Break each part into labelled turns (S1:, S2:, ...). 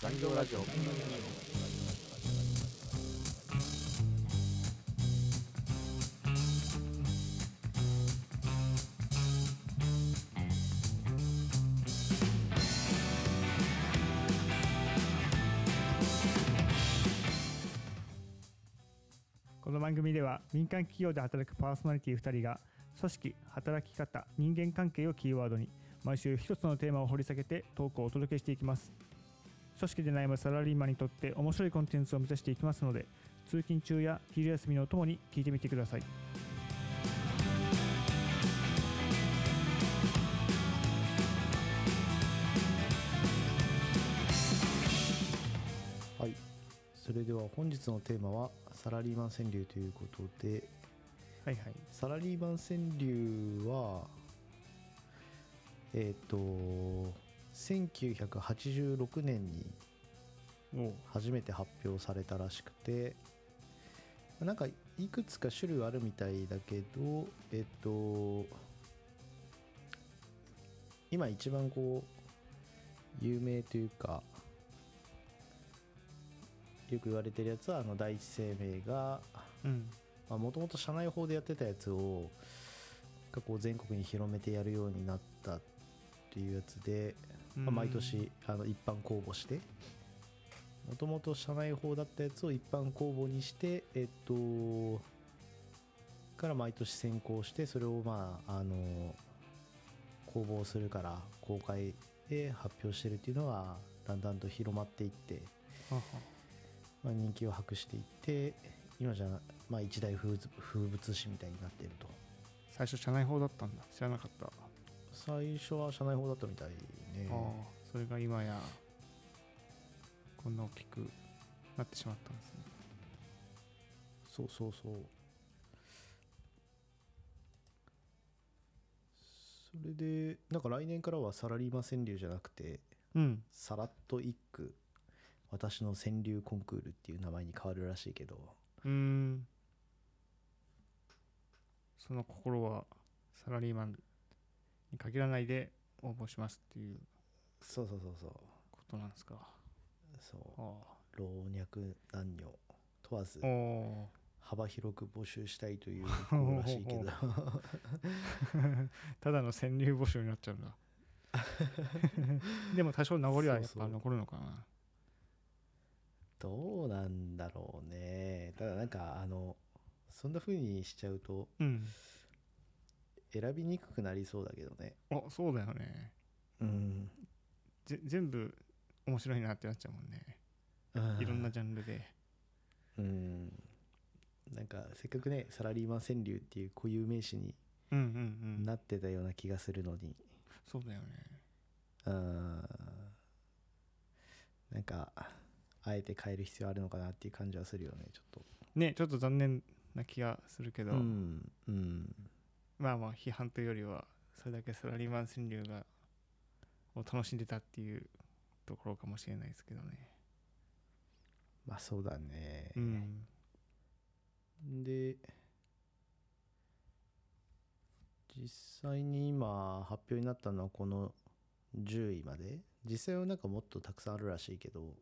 S1: 残業ラジオ
S2: この番組では民間企業で働くパーソナリティ2人が組織働き方人間関係をキーワードに毎週一つのテーマを掘り下げてトークをお届けしていきます組織で悩むサラリーマンにとって面白いコンテンツを目指していきますので通勤中や昼休みのお供に聞いてみてください
S3: はい、それでは本日のテーマはサラリーマン川柳ということで、
S2: はいはい
S3: サラリーマン川柳はえっ、と1986年に
S2: おう
S3: 初めて発表されたらしくてなんかいくつか種類あるみたいだけどえっ、と今一番こう有名というかよく言われてるやつはあの第一生命が
S2: うん
S3: もともと社内法でやってたやつをがこう全国に広めてやるようになったっていうやつで、まあ
S2: うん
S3: 毎年あの一般公募してもともと社内法だったやつを一般公募にしてえっとから毎年選考してそれをまああの公募をするから公開で発表してるっていうのがだんだんと広まっていって
S2: はは
S3: まあ、人気を博していって今じゃ、まあ、一大風物風物詩みたいになっていると
S2: 最初社内法だったんだ知らなかった、
S3: 最初は社内法だったみたいね
S2: ああそれが今やこんな大きくなってしまったんですね
S3: そうそうそうそれでなんか来年からはサラリーマン川柳じゃなくて
S2: うん
S3: さらっと一句私の川柳コンクールっていう名前に変わるらしいけど
S2: うーんその心はサラリーマンに限らないで応募しますっていう
S3: そうそうそうそう
S2: ことなんですか
S3: そう
S2: あ
S3: 老若男女問わず
S2: あお
S3: 幅広く募集したいということらしいけ ど
S2: ー ただの川柳募集になっちゃ うんだでも多少名残はやっぱ残るのかな
S3: どうなんだろうねただなんかあのそんな風にしちゃうと
S2: うん
S3: 選びにくくなりそうだけどね
S2: あそうだよね
S3: うん
S2: ぜ全部面白いなってなっちゃうもんねいろんなジャンルで
S3: うんなんかせっかくねサラリーマン川柳っていう固有名詞に
S2: うんうんうん
S3: なってたような気がするのに、
S2: そうだよね
S3: うん、なんかあえて変える必要あるのかなっていう感じはするよねちょっと
S2: ねちょっと残念な気がするけど、
S3: うんうん
S2: まあまあ批判というよりはそれだけサラリーマン川柳がを楽しんでたっていうところかもしれないですけどね。
S3: まあそうだね
S2: うん、
S3: で実際に今発表になったのはこの10位まで実際はなんかもっとたくさんあるらしいけど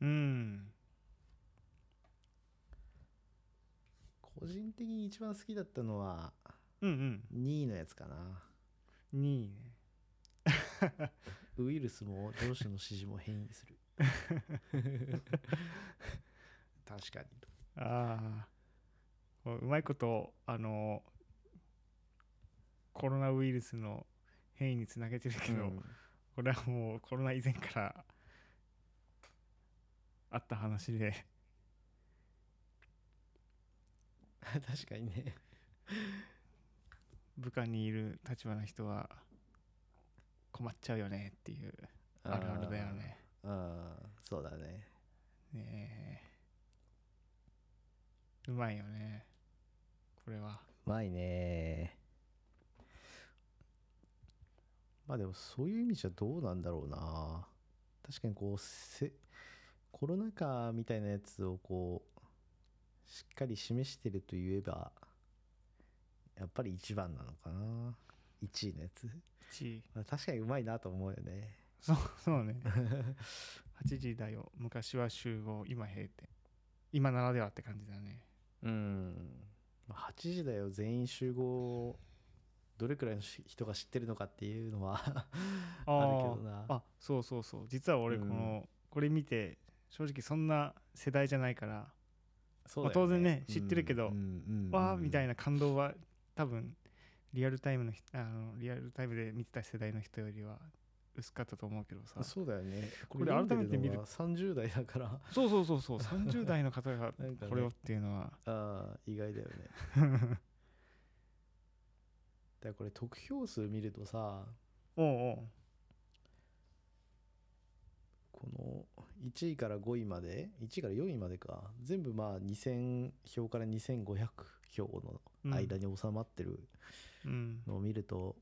S2: うん、
S3: 個人的に一番好きだったのは
S2: うん
S3: 2位のやつかな
S2: うん2位ね
S3: ウイルスも上司の指示も変異する確かに
S2: ああこううまいことあのコロナウイルスの変異につなげてるけど、
S3: うん
S2: これはもうコロナ以前からあった話で
S3: 確かにね
S2: 部下にいる立場の人は困っちゃうよねっていうあるあるだよね。
S3: あーそうだね
S2: ねえうまいよねこれは
S3: うまいねまあでもそういう意味じゃどうなんだろうな確かにこうせコロナ禍みたいなやつをこうしっかり示してると言えばやっぱり一番なのかな1位のやつ、
S2: 1位
S3: まあ確かにうまいなと思うよね
S2: そうそう ね8時だよ昔は集合今閉店今ならではって感じだね
S3: うんまあ8時だよ全員集合どれくらいのし人が知ってるのかっていうのは あ
S2: あ
S3: るけ
S2: ー
S3: どな
S2: あそうそうそう実は俺
S3: う
S2: こ
S3: ん
S2: の、これ見て正直そんな世代じゃないから、
S3: そう
S2: まあ
S3: だよ
S2: 当然ね知ってるけどわーみたい
S3: な
S2: な感動は多分リアルタイムのひあのリアルタイムで見てた世代の人よりは薄かったと思うけどさ
S3: そうだよね
S2: これ改めて見る
S3: と30代だから
S2: そうそうそう そう30代の方が
S3: なんかね
S2: これをっていうのは、
S3: あー意外 だよねだからこれ得票数見るとさ
S2: お うおう
S3: この1位から5位まで1位から4位までか全部まあ2000票から2500票
S2: うん
S3: の間に収まってる
S2: うん、
S3: のを見ると、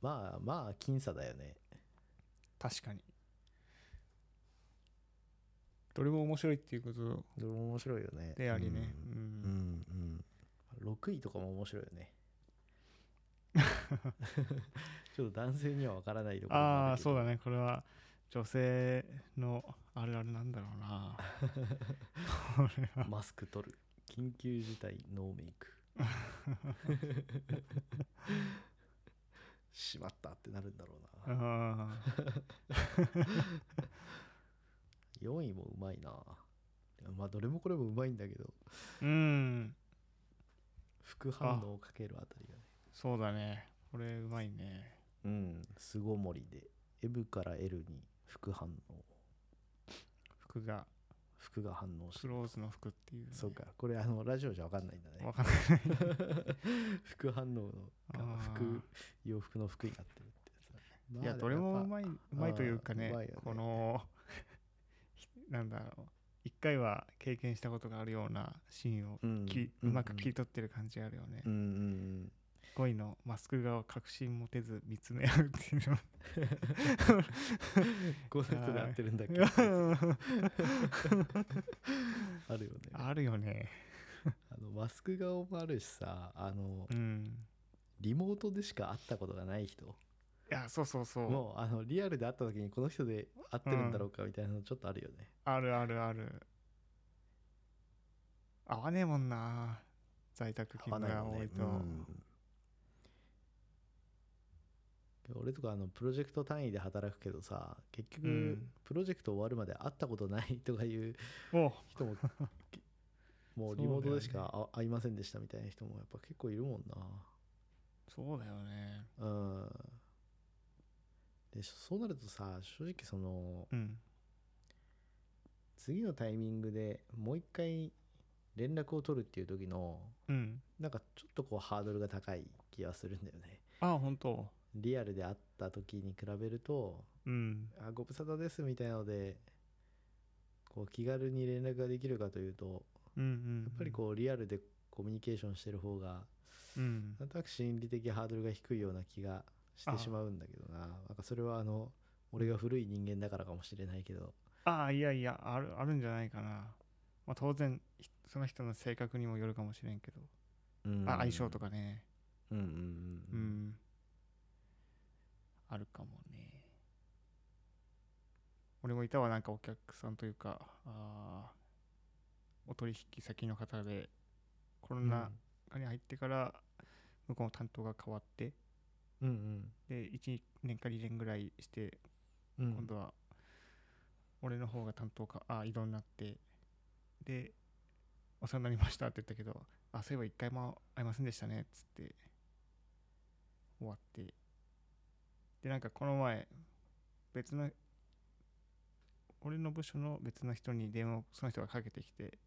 S3: まあまあ僅差だよね
S2: 確かにどれも面白いっていうこと
S3: でも面白いよね
S2: でありね、う
S3: うんん、うんうん6位とかも面白いよ ねちょっと男性には分からないところも
S2: あ
S3: る
S2: あ
S3: け
S2: そ
S3: ど
S2: うだねこれは女性のあるあるなんだろうなこれ は
S3: マスク取る緊急事態ノーメイ クしまったってなるんだろうな
S2: あー
S3: 4位もうまいなまあどれもこれもうまいんだけど
S2: うん
S3: 副反応をかけるあたりがね
S2: そうだねこれうまいね
S3: うん巣ごもりで M から L に副反応
S2: 服が
S3: 服が反応し
S2: クローズの服っていう、ね、
S3: そうかこれあのラジオじゃ分かんないんだね
S2: わかんない
S3: 副反応のが
S2: あー
S3: 服洋服の服になってるってやつだねまあ
S2: いやどれもうまいうまいというかね
S3: うまいよね
S2: この なんだろう一回は経験したことがあるようなシーンを
S3: うん
S2: き、うまく切り取ってる感じあるよね、
S3: うんうんうん
S2: 恋のマスク側確信持てず見つめ合うっていうの
S3: コンセプトで合ってるんだっけあるよねあ
S2: あるよね
S3: のマスク顔もあるしさあの
S2: うん
S3: リモートでしか会ったことがない人
S2: いやそうそうそう
S3: もうあのリアルで会った時にこの人で会ってるんだろうかみたいなのちょっとあるよね、
S2: あるあるある合わねえもんな在宅勤務が多いと、
S3: うん俺とかあのプロジェクト単位で働くけどさ結
S2: う
S3: 局、
S2: ん
S3: プロジェクト終わるまで会ったことないとかいう
S2: も
S3: 人 もきもう
S2: そうだ
S3: リ
S2: よね
S3: モートでしかあ会いませんでしたみたいな人もやっぱ結構いるもん
S2: うそうだよね
S3: なうんでそうなるとさ正直その
S2: うん
S3: 次のタイミングでもう一回連絡を取るっていう時の
S2: うん
S3: なんかちょっとこうハードルが高い気がするんだよね
S2: あ本当
S3: リアルで会った時に比べると
S2: うん
S3: あご無沙汰ですみたいなのでこう気軽に連絡ができるかというと
S2: うんうん
S3: やっぱりこうリアルでコミュニケーションしてる方が
S2: う、うん、
S3: なんとなく心理的ハードルが低いような気がしてしまうんだけどななんかそれはあの俺が古い人間だからかもしれないけど
S2: ああいやいやあるあるんじゃないかな、まあ、当然ひその人の性格にもよるかもしれんけど、あ相性とか
S3: か
S2: ね
S3: うんうん
S2: う、
S3: うんん
S2: あるかもね俺もいたわなんかお客さんというかあーお取引先の方でコロ
S3: うん
S2: ナ禍に入ってから向こうの担当が変わって
S3: うんうん
S2: で1年か2年ぐらいして
S3: うん
S2: 今度は俺の方が担当かあ移動になってでお世話になりましたって言ったけどあそういえば一回も会いませんでしたねっつって終わってでなんかこの前別の俺の部署の別の人に電話をその人がかけてきて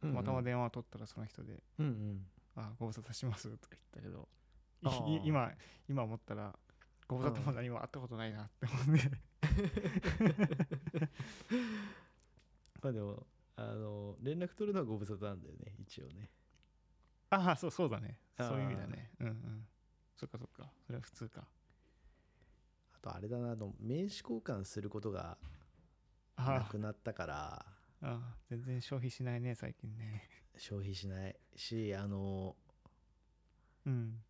S2: たまたま電話を取ったらその人で
S3: うんうん
S2: 「あご無沙汰します」とか言ったけどい
S3: あー
S2: 今今思ったらご無沙汰も何も会ったことないなって思って
S3: まあでもあの連絡取るのはご無沙汰なんだよね一応ね
S2: ああ、そうそうだね。そ
S3: あー
S2: ういう意味だね。うんうん。そっかそっか。それは普通か。
S3: あとあれだなあの名刺交換することがな
S2: あ
S3: くなったから
S2: ーあー、全然消費しないね、最近ね。
S3: 消費しないしあの
S2: うん。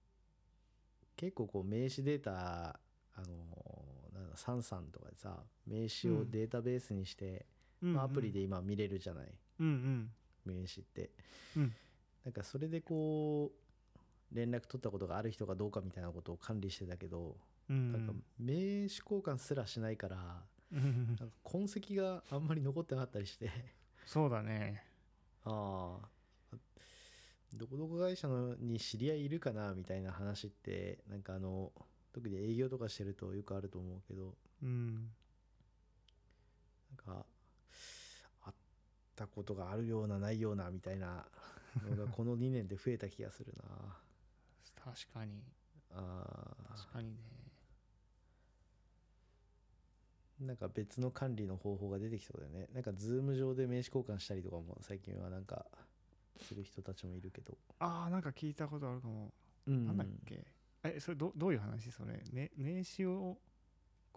S3: 結構こう名刺データあのなんのサンさんとかでさ名刺をデータベースにして、
S2: うん
S3: まあ、アプリで今見れるじゃない
S2: うんうん
S3: 名刺って、
S2: うん
S3: なんかそれでこう連絡取ったことがある人かどうかみたいなことを管理してたけど、
S2: うんうん
S3: なんか名刺交換すらしないから
S2: うんうん
S3: なんか痕跡があんまり残ってなかったりして
S2: そうだね
S3: ああどこどこ会社のに知り合いいるかなみたいな話ってなんかあの特に営業とかしてるとよくあると思うけど
S2: うん
S3: なんかあったことがあるようなないようなみたいなのがこの2年で増えた気がするな
S2: 確かに
S3: あー
S2: 確かにね
S3: なんか別の管理の方法が出てきそうだよねなんかズーム上で名刺交換したりとかも最近はなんかする人たちもいるけど、
S2: ああなんか聞いたことあるかも、
S3: うん
S2: なんだっけえそれどどういう話それ、ね、名刺を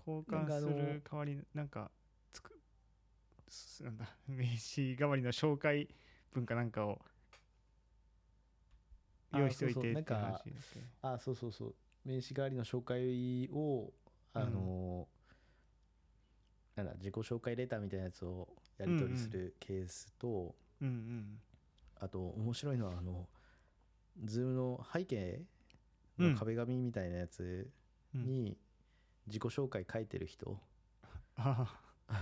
S2: 交
S3: なんか
S2: 換
S3: あ
S2: す
S3: の
S2: る代わりなんかつくすなんだ 名刺代わりの紹介文かなんかを
S3: あー
S2: 用意しておいて
S3: そ
S2: っ
S3: う
S2: て
S3: そう
S2: いう
S3: な
S2: 話
S3: んか
S2: だっけ
S3: あそうそうそう名刺代わりの紹介をあのーなんだ自己紹介レターみたいなやつをやり取りするケースと、
S2: うんうん
S3: あと面白いのはあの Zoom の背景の壁紙みたいなやつ
S2: うん
S3: に自己紹介書いてる人、
S2: あ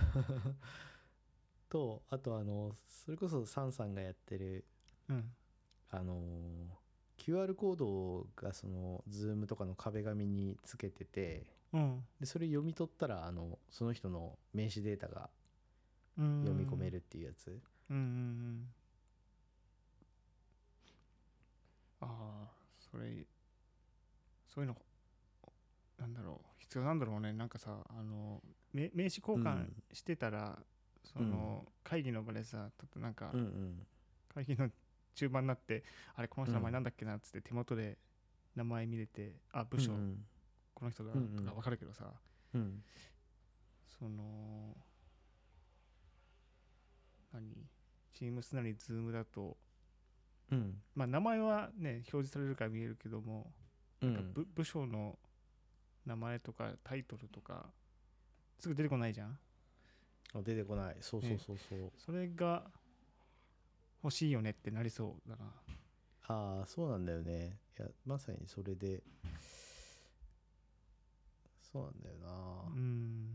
S3: とあとあのそれこそサンさんがやってる
S2: ーうん
S3: あの QR コードがその Zoom とかの壁紙につけてて
S2: うん
S3: でそれ読み取ったらあのその人の名刺データが
S2: うん
S3: 読み込めるっていうやつ、
S2: うんうんうんああそれそういうのなんだろう必要なんだろうねなんかさあのめ名刺交
S3: う
S2: 換
S3: ん
S2: してたら、その会議の場でさちょっとなんか
S3: うんうん
S2: 会議の中盤になって、あれこの人名前なんだっけなっつって手元で名前見れてあ部署、
S3: うん
S2: この人だ
S3: うんう
S2: と
S3: ん
S2: かわかるけどさ、
S3: うん、うん
S2: その何チームスなりズームだと
S3: うん
S2: まあ、名前はね表示されるから見えるけども、
S3: う
S2: なんか
S3: ん
S2: 部部署の名前とかタイトルとかすぐ出てこないじゃん
S3: あ出てこないそうそうそうそう、
S2: それが欲しいよねってなりそうだな
S3: ああそうなんだよねいやまさにそれでそうなんだよな、
S2: うん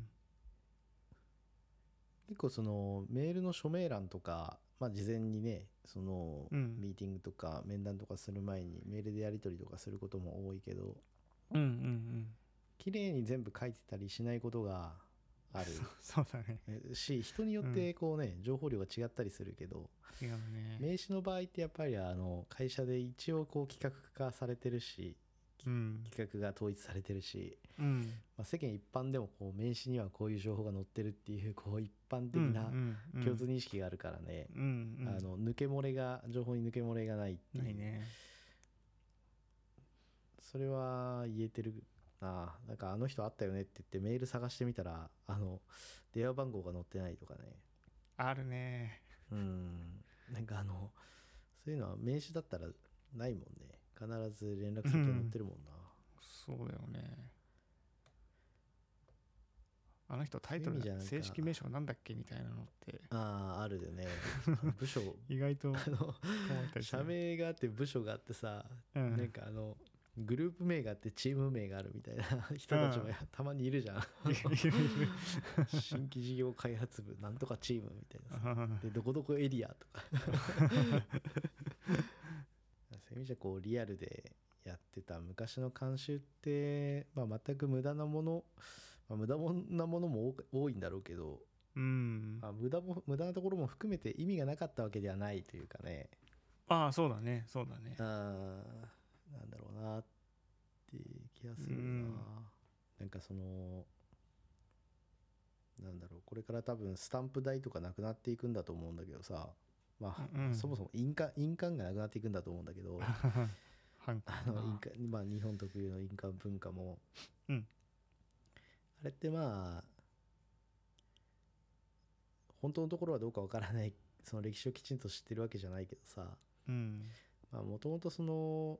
S3: 結構そのメールの署名欄とか、まあ、事前にねその、
S2: うん
S3: ミーティングとか面談とかする前にメールでやり取りとかすることも多いけど
S2: うんうんうん
S3: 綺麗に全部書いてたりしないことがある
S2: そうそうだね
S3: し人によってこうね、情報量が違ったりするけど
S2: 違うね
S3: 名刺の場合ってやっぱりあの会社で一応こう企画化されてるし
S2: うん
S3: 企画が統一されてるし
S2: うん
S3: まあ、世間一般でもこう名刺にはこういう情報が載ってるっていうこう一般的な
S2: うんうん
S3: 共通認識があるからね、
S2: うんうん
S3: あの抜け漏れが情報に抜け漏れがないっていう
S2: ないね
S3: それは言えてるなあなんかあの人あったよねって言ってメール探してみたらあの電話番号が載ってないとかね
S2: あるね
S3: うんなんかあのそういうのは名刺だったらないもんね必ず連絡先が載ってるもんな、
S2: そうだよねあの人タイトル
S3: そうい
S2: だ
S3: う意味じゃなんか
S2: 正式名称なんだっけみたいなのって
S3: ああある よね部署
S2: 意外と
S3: あの
S2: 困ったりす
S3: 社
S2: る
S3: 名があって部署があってさ
S2: うん
S3: なんかあのグループ名があってチーム名があるみたいな 人たちも
S2: うん
S3: たまにい るじゃん
S2: いるいるいる
S3: 新規事業開発部なんとかチームみたいなさ
S2: うん
S3: でどこどこエリアとか そういう意味じゃこうリアルでやってた昔の慣習って、まあ、全く無駄なもの、まあ、無駄もなものも多く多いんだろうけど、
S2: うん
S3: まあ、無駄も無駄なところも含めて意味がなかったわけではないというかね
S2: ああそうだねそうだね
S3: あーなんだろうなっていう気がするな、
S2: うん
S3: なんかそのなんだろうこれから多分スタンプ代とかなくなっていくんだと思うんだけどさまあ、
S2: うんうん
S3: そもそも印鑑印鑑がなくなっていくんだと思うんだけど
S2: ハンコ
S3: あの印鑑、まあ、日本特有の印鑑文化も、
S2: うん
S3: あれってまあ本当のところはどうかわからないその歴史をきちんと知ってるわけじゃないけどさ、
S2: うん
S3: まあもともとその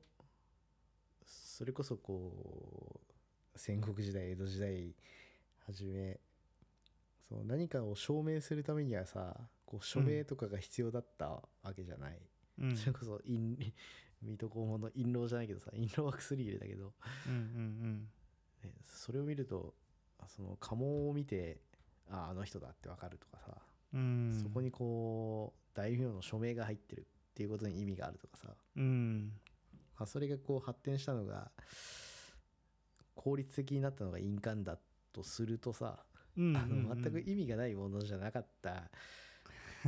S3: それこそこう戦国時代江戸時代初めそう何かを証明するためにはさこう署名とかが必要だったわけじゃない、
S2: うん
S3: それこそ陰水戸黄門の印籠じゃないけどさ印籠は薬入れだけど、
S2: うんうん
S3: ね、それを見るとあその家紋を見てああの人だってわかるとかさ、
S2: うんうん
S3: そこにこう大名の署名が入ってるっていうことに意味があるとかさ、
S2: うん
S3: まあ、それがこう発展したのが効率的になったのが印鑑だとするとさ、
S2: うん
S3: あの
S2: うん
S3: 全く意味がないものじゃなかった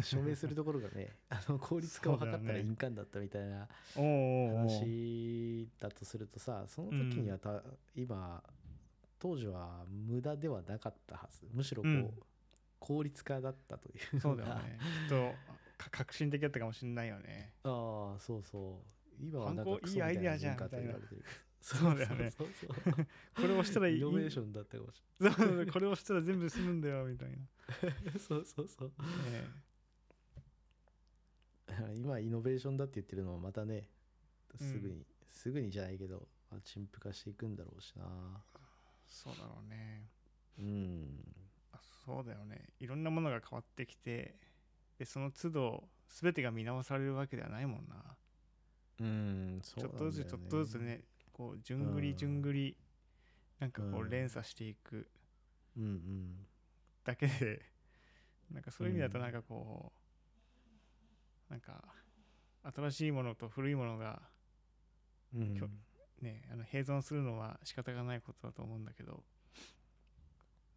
S3: 署名するところがねあの効率化を図った
S2: そうだ
S3: ら
S2: よね
S3: 印鑑だったみたいな
S2: おうおうおう
S3: 話だとするとさその時にはた、今当時は無駄ではなかったはずむしろこう、
S2: うん
S3: 効率化だったというの
S2: そうだよ
S3: が
S2: ねきっとか革新的だったかもしれないよね
S3: ああそうそう今はなんか
S2: 観光
S3: クソ
S2: いいアイデア
S3: みた
S2: じ
S3: な
S2: ゃん
S3: 文化と
S2: みたいな
S3: 言われてるけど
S2: そうだよね
S3: そうそうそうそう
S2: これをしたらいい
S3: イノベーションだったかもし
S2: そうそうこれをしたら全部済むんだよみたいな、ね
S3: れないそうそう そう
S2: え
S3: 今イノベーションだって言ってるのはまたねすぐに、
S2: う
S3: すぐにじゃないけど、まあ、陳腐化していくんだろうしな
S2: そうだろうね
S3: うん
S2: あそうだよねいろんなものが変わってきてでその都度全てが見直されるわけではないもんな
S3: うんそう
S2: ち
S3: な
S2: ょ
S3: ん
S2: っ
S3: だ
S2: と
S3: よ
S2: ずつちょっとずつねこう順繰
S3: う
S2: り
S3: ん
S2: 順繰りなんかこ
S3: う
S2: うん連鎖していく
S3: うんうん
S2: だけで なんかそういう意味だと
S3: うん
S2: なんかこうなんか新しいものと古いものが
S3: うん
S2: きょねあの併存するのは仕方がないことだと思うんだけど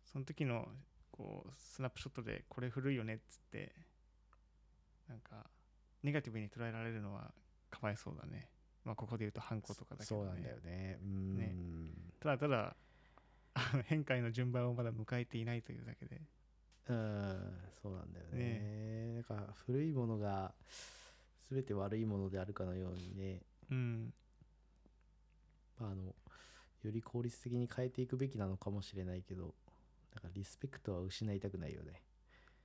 S2: その時のこうスナップショットでこれ古いよねっつってなんかネガティブに捉えられるのはかわいそうだねまあここで言うとハンコとかだけど、
S3: そうなんだよねうん
S2: ねただただあの変化への順番をまだ迎えていないというだけで
S3: うんそうなんだよねなんか古いものが全て悪いものであるかのようにね、
S2: うん
S3: まあ、あのより効率的に変えていくべきなのかもしれないけどなんかリスペクトは失いたくないよね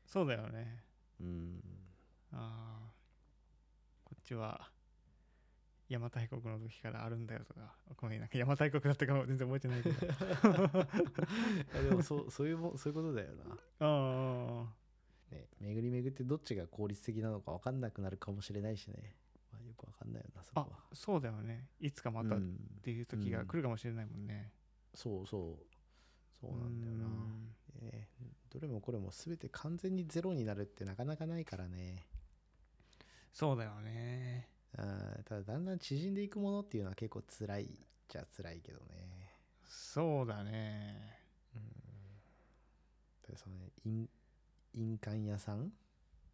S2: そうだよね
S3: うん
S2: ああこっちは邪馬台国の時からあるんだよとかごめんなんか邪馬台国だったかも全然覚えてないけど
S3: いやでもそうそういうもそういうことだよ
S2: ああああ
S3: な、ね、巡り巡ってどっちが効率的なのか分かんなくなるかもしれないしね、まあ、よく分かんないよなそこ
S2: あ
S3: は
S2: そうだよねいつかまた
S3: う
S2: っ
S3: ん
S2: ていう時
S3: う
S2: が
S3: ん
S2: 来るかもしれないもんね、
S3: そうそうそうなんだよな
S2: うん
S3: ええどれもこれも全て完全にゼロになるってなかなかないからね
S2: そうだよね
S3: あーただだんだん縮んでいくものっていうのは結構辛いじゃ辛いけどね
S2: そうだね
S3: ただそのね印印鑑屋さん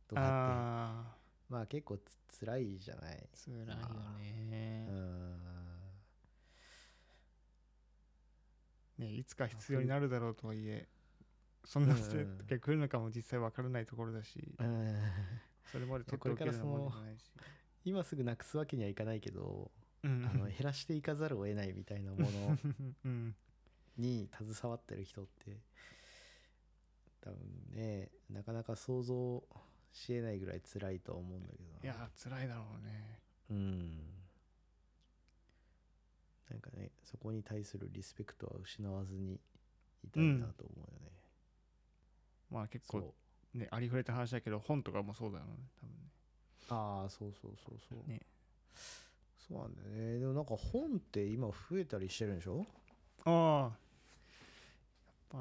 S3: とかって
S2: ああ
S3: まあ結構つ辛いじゃない
S2: つらいよね
S3: う,、ん
S2: ねいつか必要になるだろうとはいえそんな時
S3: うん
S2: が来るのかも実際分からないところだし
S3: うん
S2: それまで取っておけるようなものじゃないし
S3: 今すぐなくすわけにはいかないけど、
S2: うん
S3: あの減らしていかざるを得ないみたいなもの
S2: うん
S3: に携わってる人って多分ねなかなか想像しえないぐらい辛いとは思うんだけどない
S2: やつらいだろうね
S3: うんなんかねそこに対するリスペクトは失わずにいたいなと思うよね、
S2: まあ結構
S3: そう
S2: ねありふれた話だけど本とかもそうだよね多分ね
S3: ああそうそうそうそう、
S2: ね
S3: そうなんだよねでもなんか本って今増えたりしてるんでしょ
S2: ああ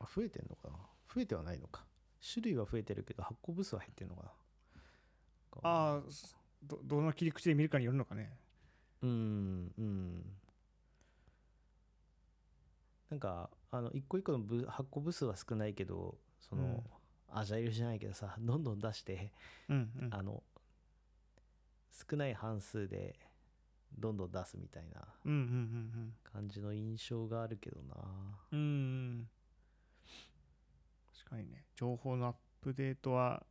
S3: あ増えてんのかな増えてはないのか種類は増えてるけど発行部数は減ってんのかな
S2: ああすどどの切り口で見るかによるのかね
S3: うんうんなんかあの一個一個の部発行部数は少ないけどその、
S2: うん
S3: アジャイルじゃないけどさどんどん出して、
S2: うんうん
S3: あの少ない半数でどんどん出すみたいな
S2: うんうん
S3: 感じの印象があるけどな
S2: うんうんうん確かにね情報のアップデートは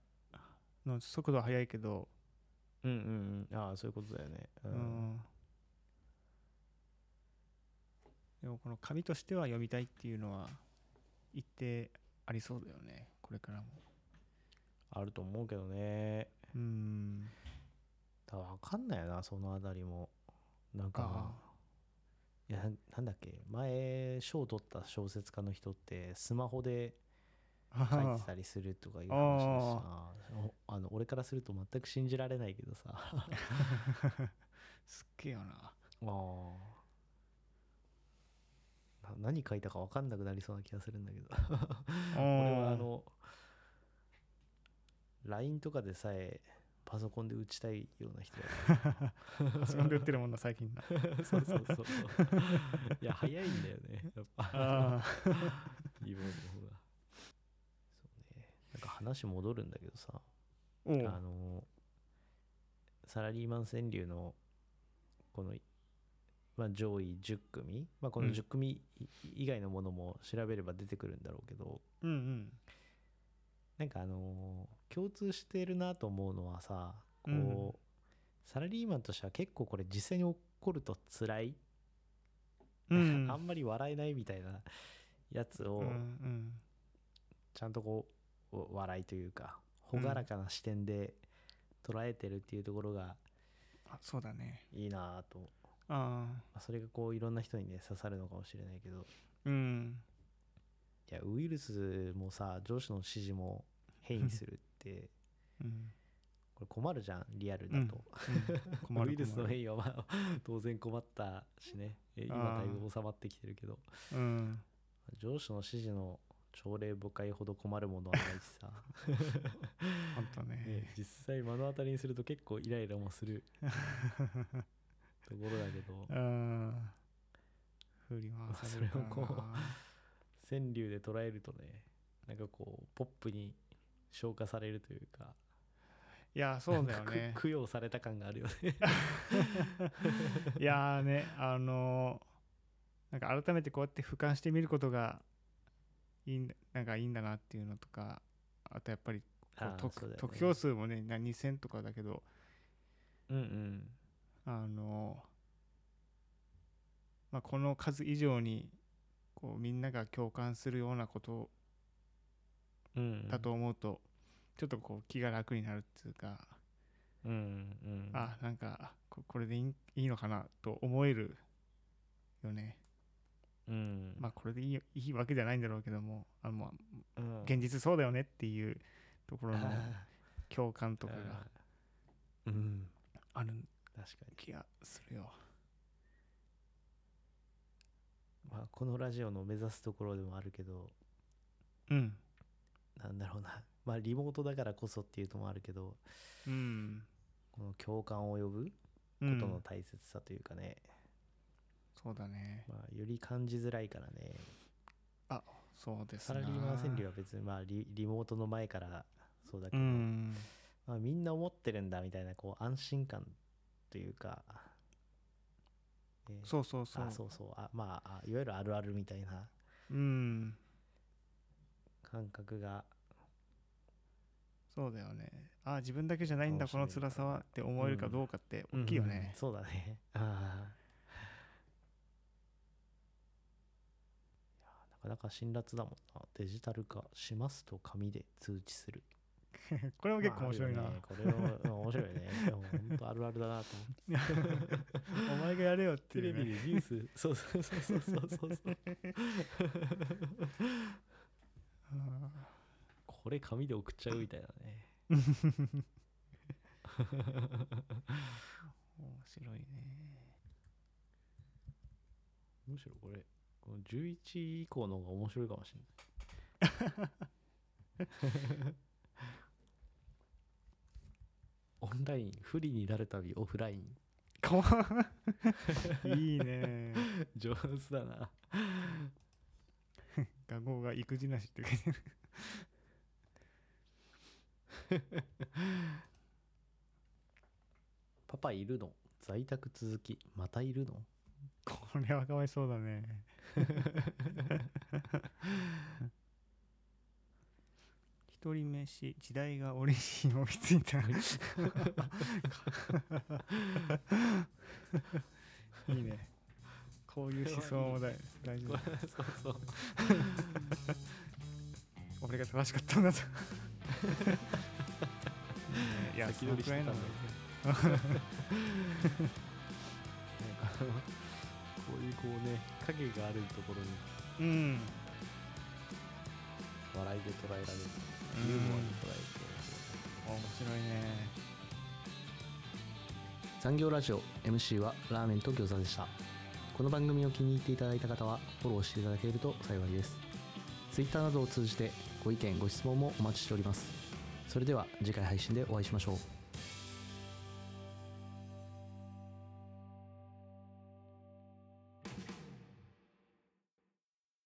S2: の速度は速いけど
S3: うんうんうんああそういうことだよねう
S2: うんんでもこの紙としては読みたいっていうのは一定ありそうだよねこれからも
S3: あると思うけどね
S2: うん
S3: ただ分かんないよなそのあたりもなんか
S2: あ
S3: いやなんだっけ前賞を取った小説家の人ってスマホで書いてたりするとか いう話だしなおあの俺からすると全く信じられないけどさ あ
S2: すっげえよな
S3: ーな何書いたか分かんなくなりそうな気がするんだけど俺はあの LINE とかでさえパソコンで打ちたいような人だから
S2: パソコンで売ってるもん な最近な
S3: そうそう そう。いや、早いんだよね。やっぱ。
S2: あ
S3: 今の方が。そうね。なんか話戻るんだけどさ、
S2: ーおう
S3: あの、サラリーマン川柳の、この、まあ、上位10組、まあ、この
S2: うん
S3: 10組い以外のものも調べれば出てくるんだろうけど、
S2: うんうん
S3: なんかあのー共通してるなと思うのはさ、こう、
S2: うん
S3: サラリーマンとしては結構これ実際に起こると辛い
S2: うん
S3: あんまり笑えないみたいなやつ
S2: う
S3: を
S2: んうん
S3: ちゃんとこうお笑いというか朗らかな視点で捉えてるっていうところが
S2: あそうだね
S3: いいなぁと、
S2: あ
S3: まあそれがこういろんな人にね刺さるのかもしれないけど
S2: ーうん
S3: いやウイルスもさ上司の指示も変異するって
S2: うん
S3: これ困るじゃんリアルだと、
S2: うん困る
S3: ウイルスの
S2: 困る
S3: 変異は、まあ、当然困ったしねえ今
S2: あ
S3: だ
S2: ー
S3: いぶ収まってきてるけど
S2: うん
S3: 上司の指示の朝礼誤解ほど困るものはないし さ
S2: 本当
S3: ね
S2: ね、
S3: 実際目の当たりにすると結構イライラもするところだけど
S2: うん振り回されるから
S3: それをこう
S2: な
S3: 川柳で捉えるとねなんかこうポップに消化されるというか
S2: いやそうだよね
S3: く供養された感があるよ ね
S2: いやーねあのーなんか改めてこうやって俯瞰してみることがいいんだなんかいいんだなっていうのとかあとやっぱりこう
S3: あー
S2: 得
S3: そうだよね
S2: 得票数もねな2000とかだけど
S3: うんうん
S2: あのーまあ、この数以上にこうみんなが共感するようなこと
S3: うん
S2: だと思うと、ちょっとこう気が楽になるっていうか、
S3: うんうん
S2: あなんかここれでいいいいのかなと思えるよね。
S3: うん
S2: まあこれでいいよいいわけじゃないんだろうけどもあのまあ
S3: うん
S2: 現実そうだよねっていうところ の
S3: あ
S2: 共感と
S3: ー
S2: かが
S3: うん
S2: ある
S3: 確かに
S2: 気がするよ。
S3: まあこのラジオの目指すところでもあるけど
S2: うん。
S3: なんだろうな まあリモートだからこそっていうのもあるけど
S2: うん。
S3: この共感を呼ぶ
S2: う
S3: ことの
S2: ん、
S3: 大切さというかね、
S2: そうだね。
S3: まあ、より感じづらいからね
S2: そうです
S3: サラリーマン川柳
S2: は。
S3: は別に、まあ、リリモートの前からそうだけ
S2: う
S3: ど、
S2: ん。
S3: まあ、みんな思ってるんだみたいなこう安心感というか、ね
S2: そうそうそう。
S3: あそうそうあまああいわゆるあるあるみたいな
S2: うん。
S3: 感覚が
S2: そうだよね。あ自分だけじゃないんだ
S3: か
S2: こ
S3: も
S2: の
S3: しれな
S2: 辛さ
S3: い
S2: はって思えるかどうかって大きいよ
S3: うんうん
S2: ね。
S3: そうだねああなかなか辛辣だもんなデジタル化しますと紙で通知する
S2: これも 結
S3: ま
S2: 構
S3: ああ
S2: 面
S3: るよ
S2: 白いな。
S3: ね、これはうん面 白いねでも本当あるあるだなと思って
S2: お前がやれよって
S3: テ
S2: い
S3: レ
S2: う、
S3: ビ
S2: ね。
S3: でニュース、 そうそうそうそうそうそうそう。
S2: あ
S3: これ紙で送っちゃうみたいなね。
S2: ー面白いね。
S3: むしろこれ、この11以降の方が面白いかもしれない。オンライン、不利になるたびオフライン。
S2: かわいい ね
S3: 上手だな。
S2: 画号が育児なしって書いてある
S3: パパいるの在宅続き、またいるの
S2: これはかわいそうだね一人飯時代が俺に追いついたいいねこういう思想も大大事
S3: こ
S2: だ
S3: れそうそう。
S2: 俺が正しかったんだといや
S3: 先取りしてたん
S2: そのくらいなんだ
S3: だ
S2: よ
S3: なんかこういういうこうね影があるところ
S2: う
S3: に
S2: ん
S3: 笑いで捉えられる
S2: うん
S3: ユーモアで捉えて
S2: 面白いね
S3: 残業ラジオ MC はラーメンと餃子でしたこの番組を気に入っていただいた方はフォローしていただけると幸いです Twitter などを通じてご意見ご質問もお待ちしておりますそれでは次回配信でお会いしましょう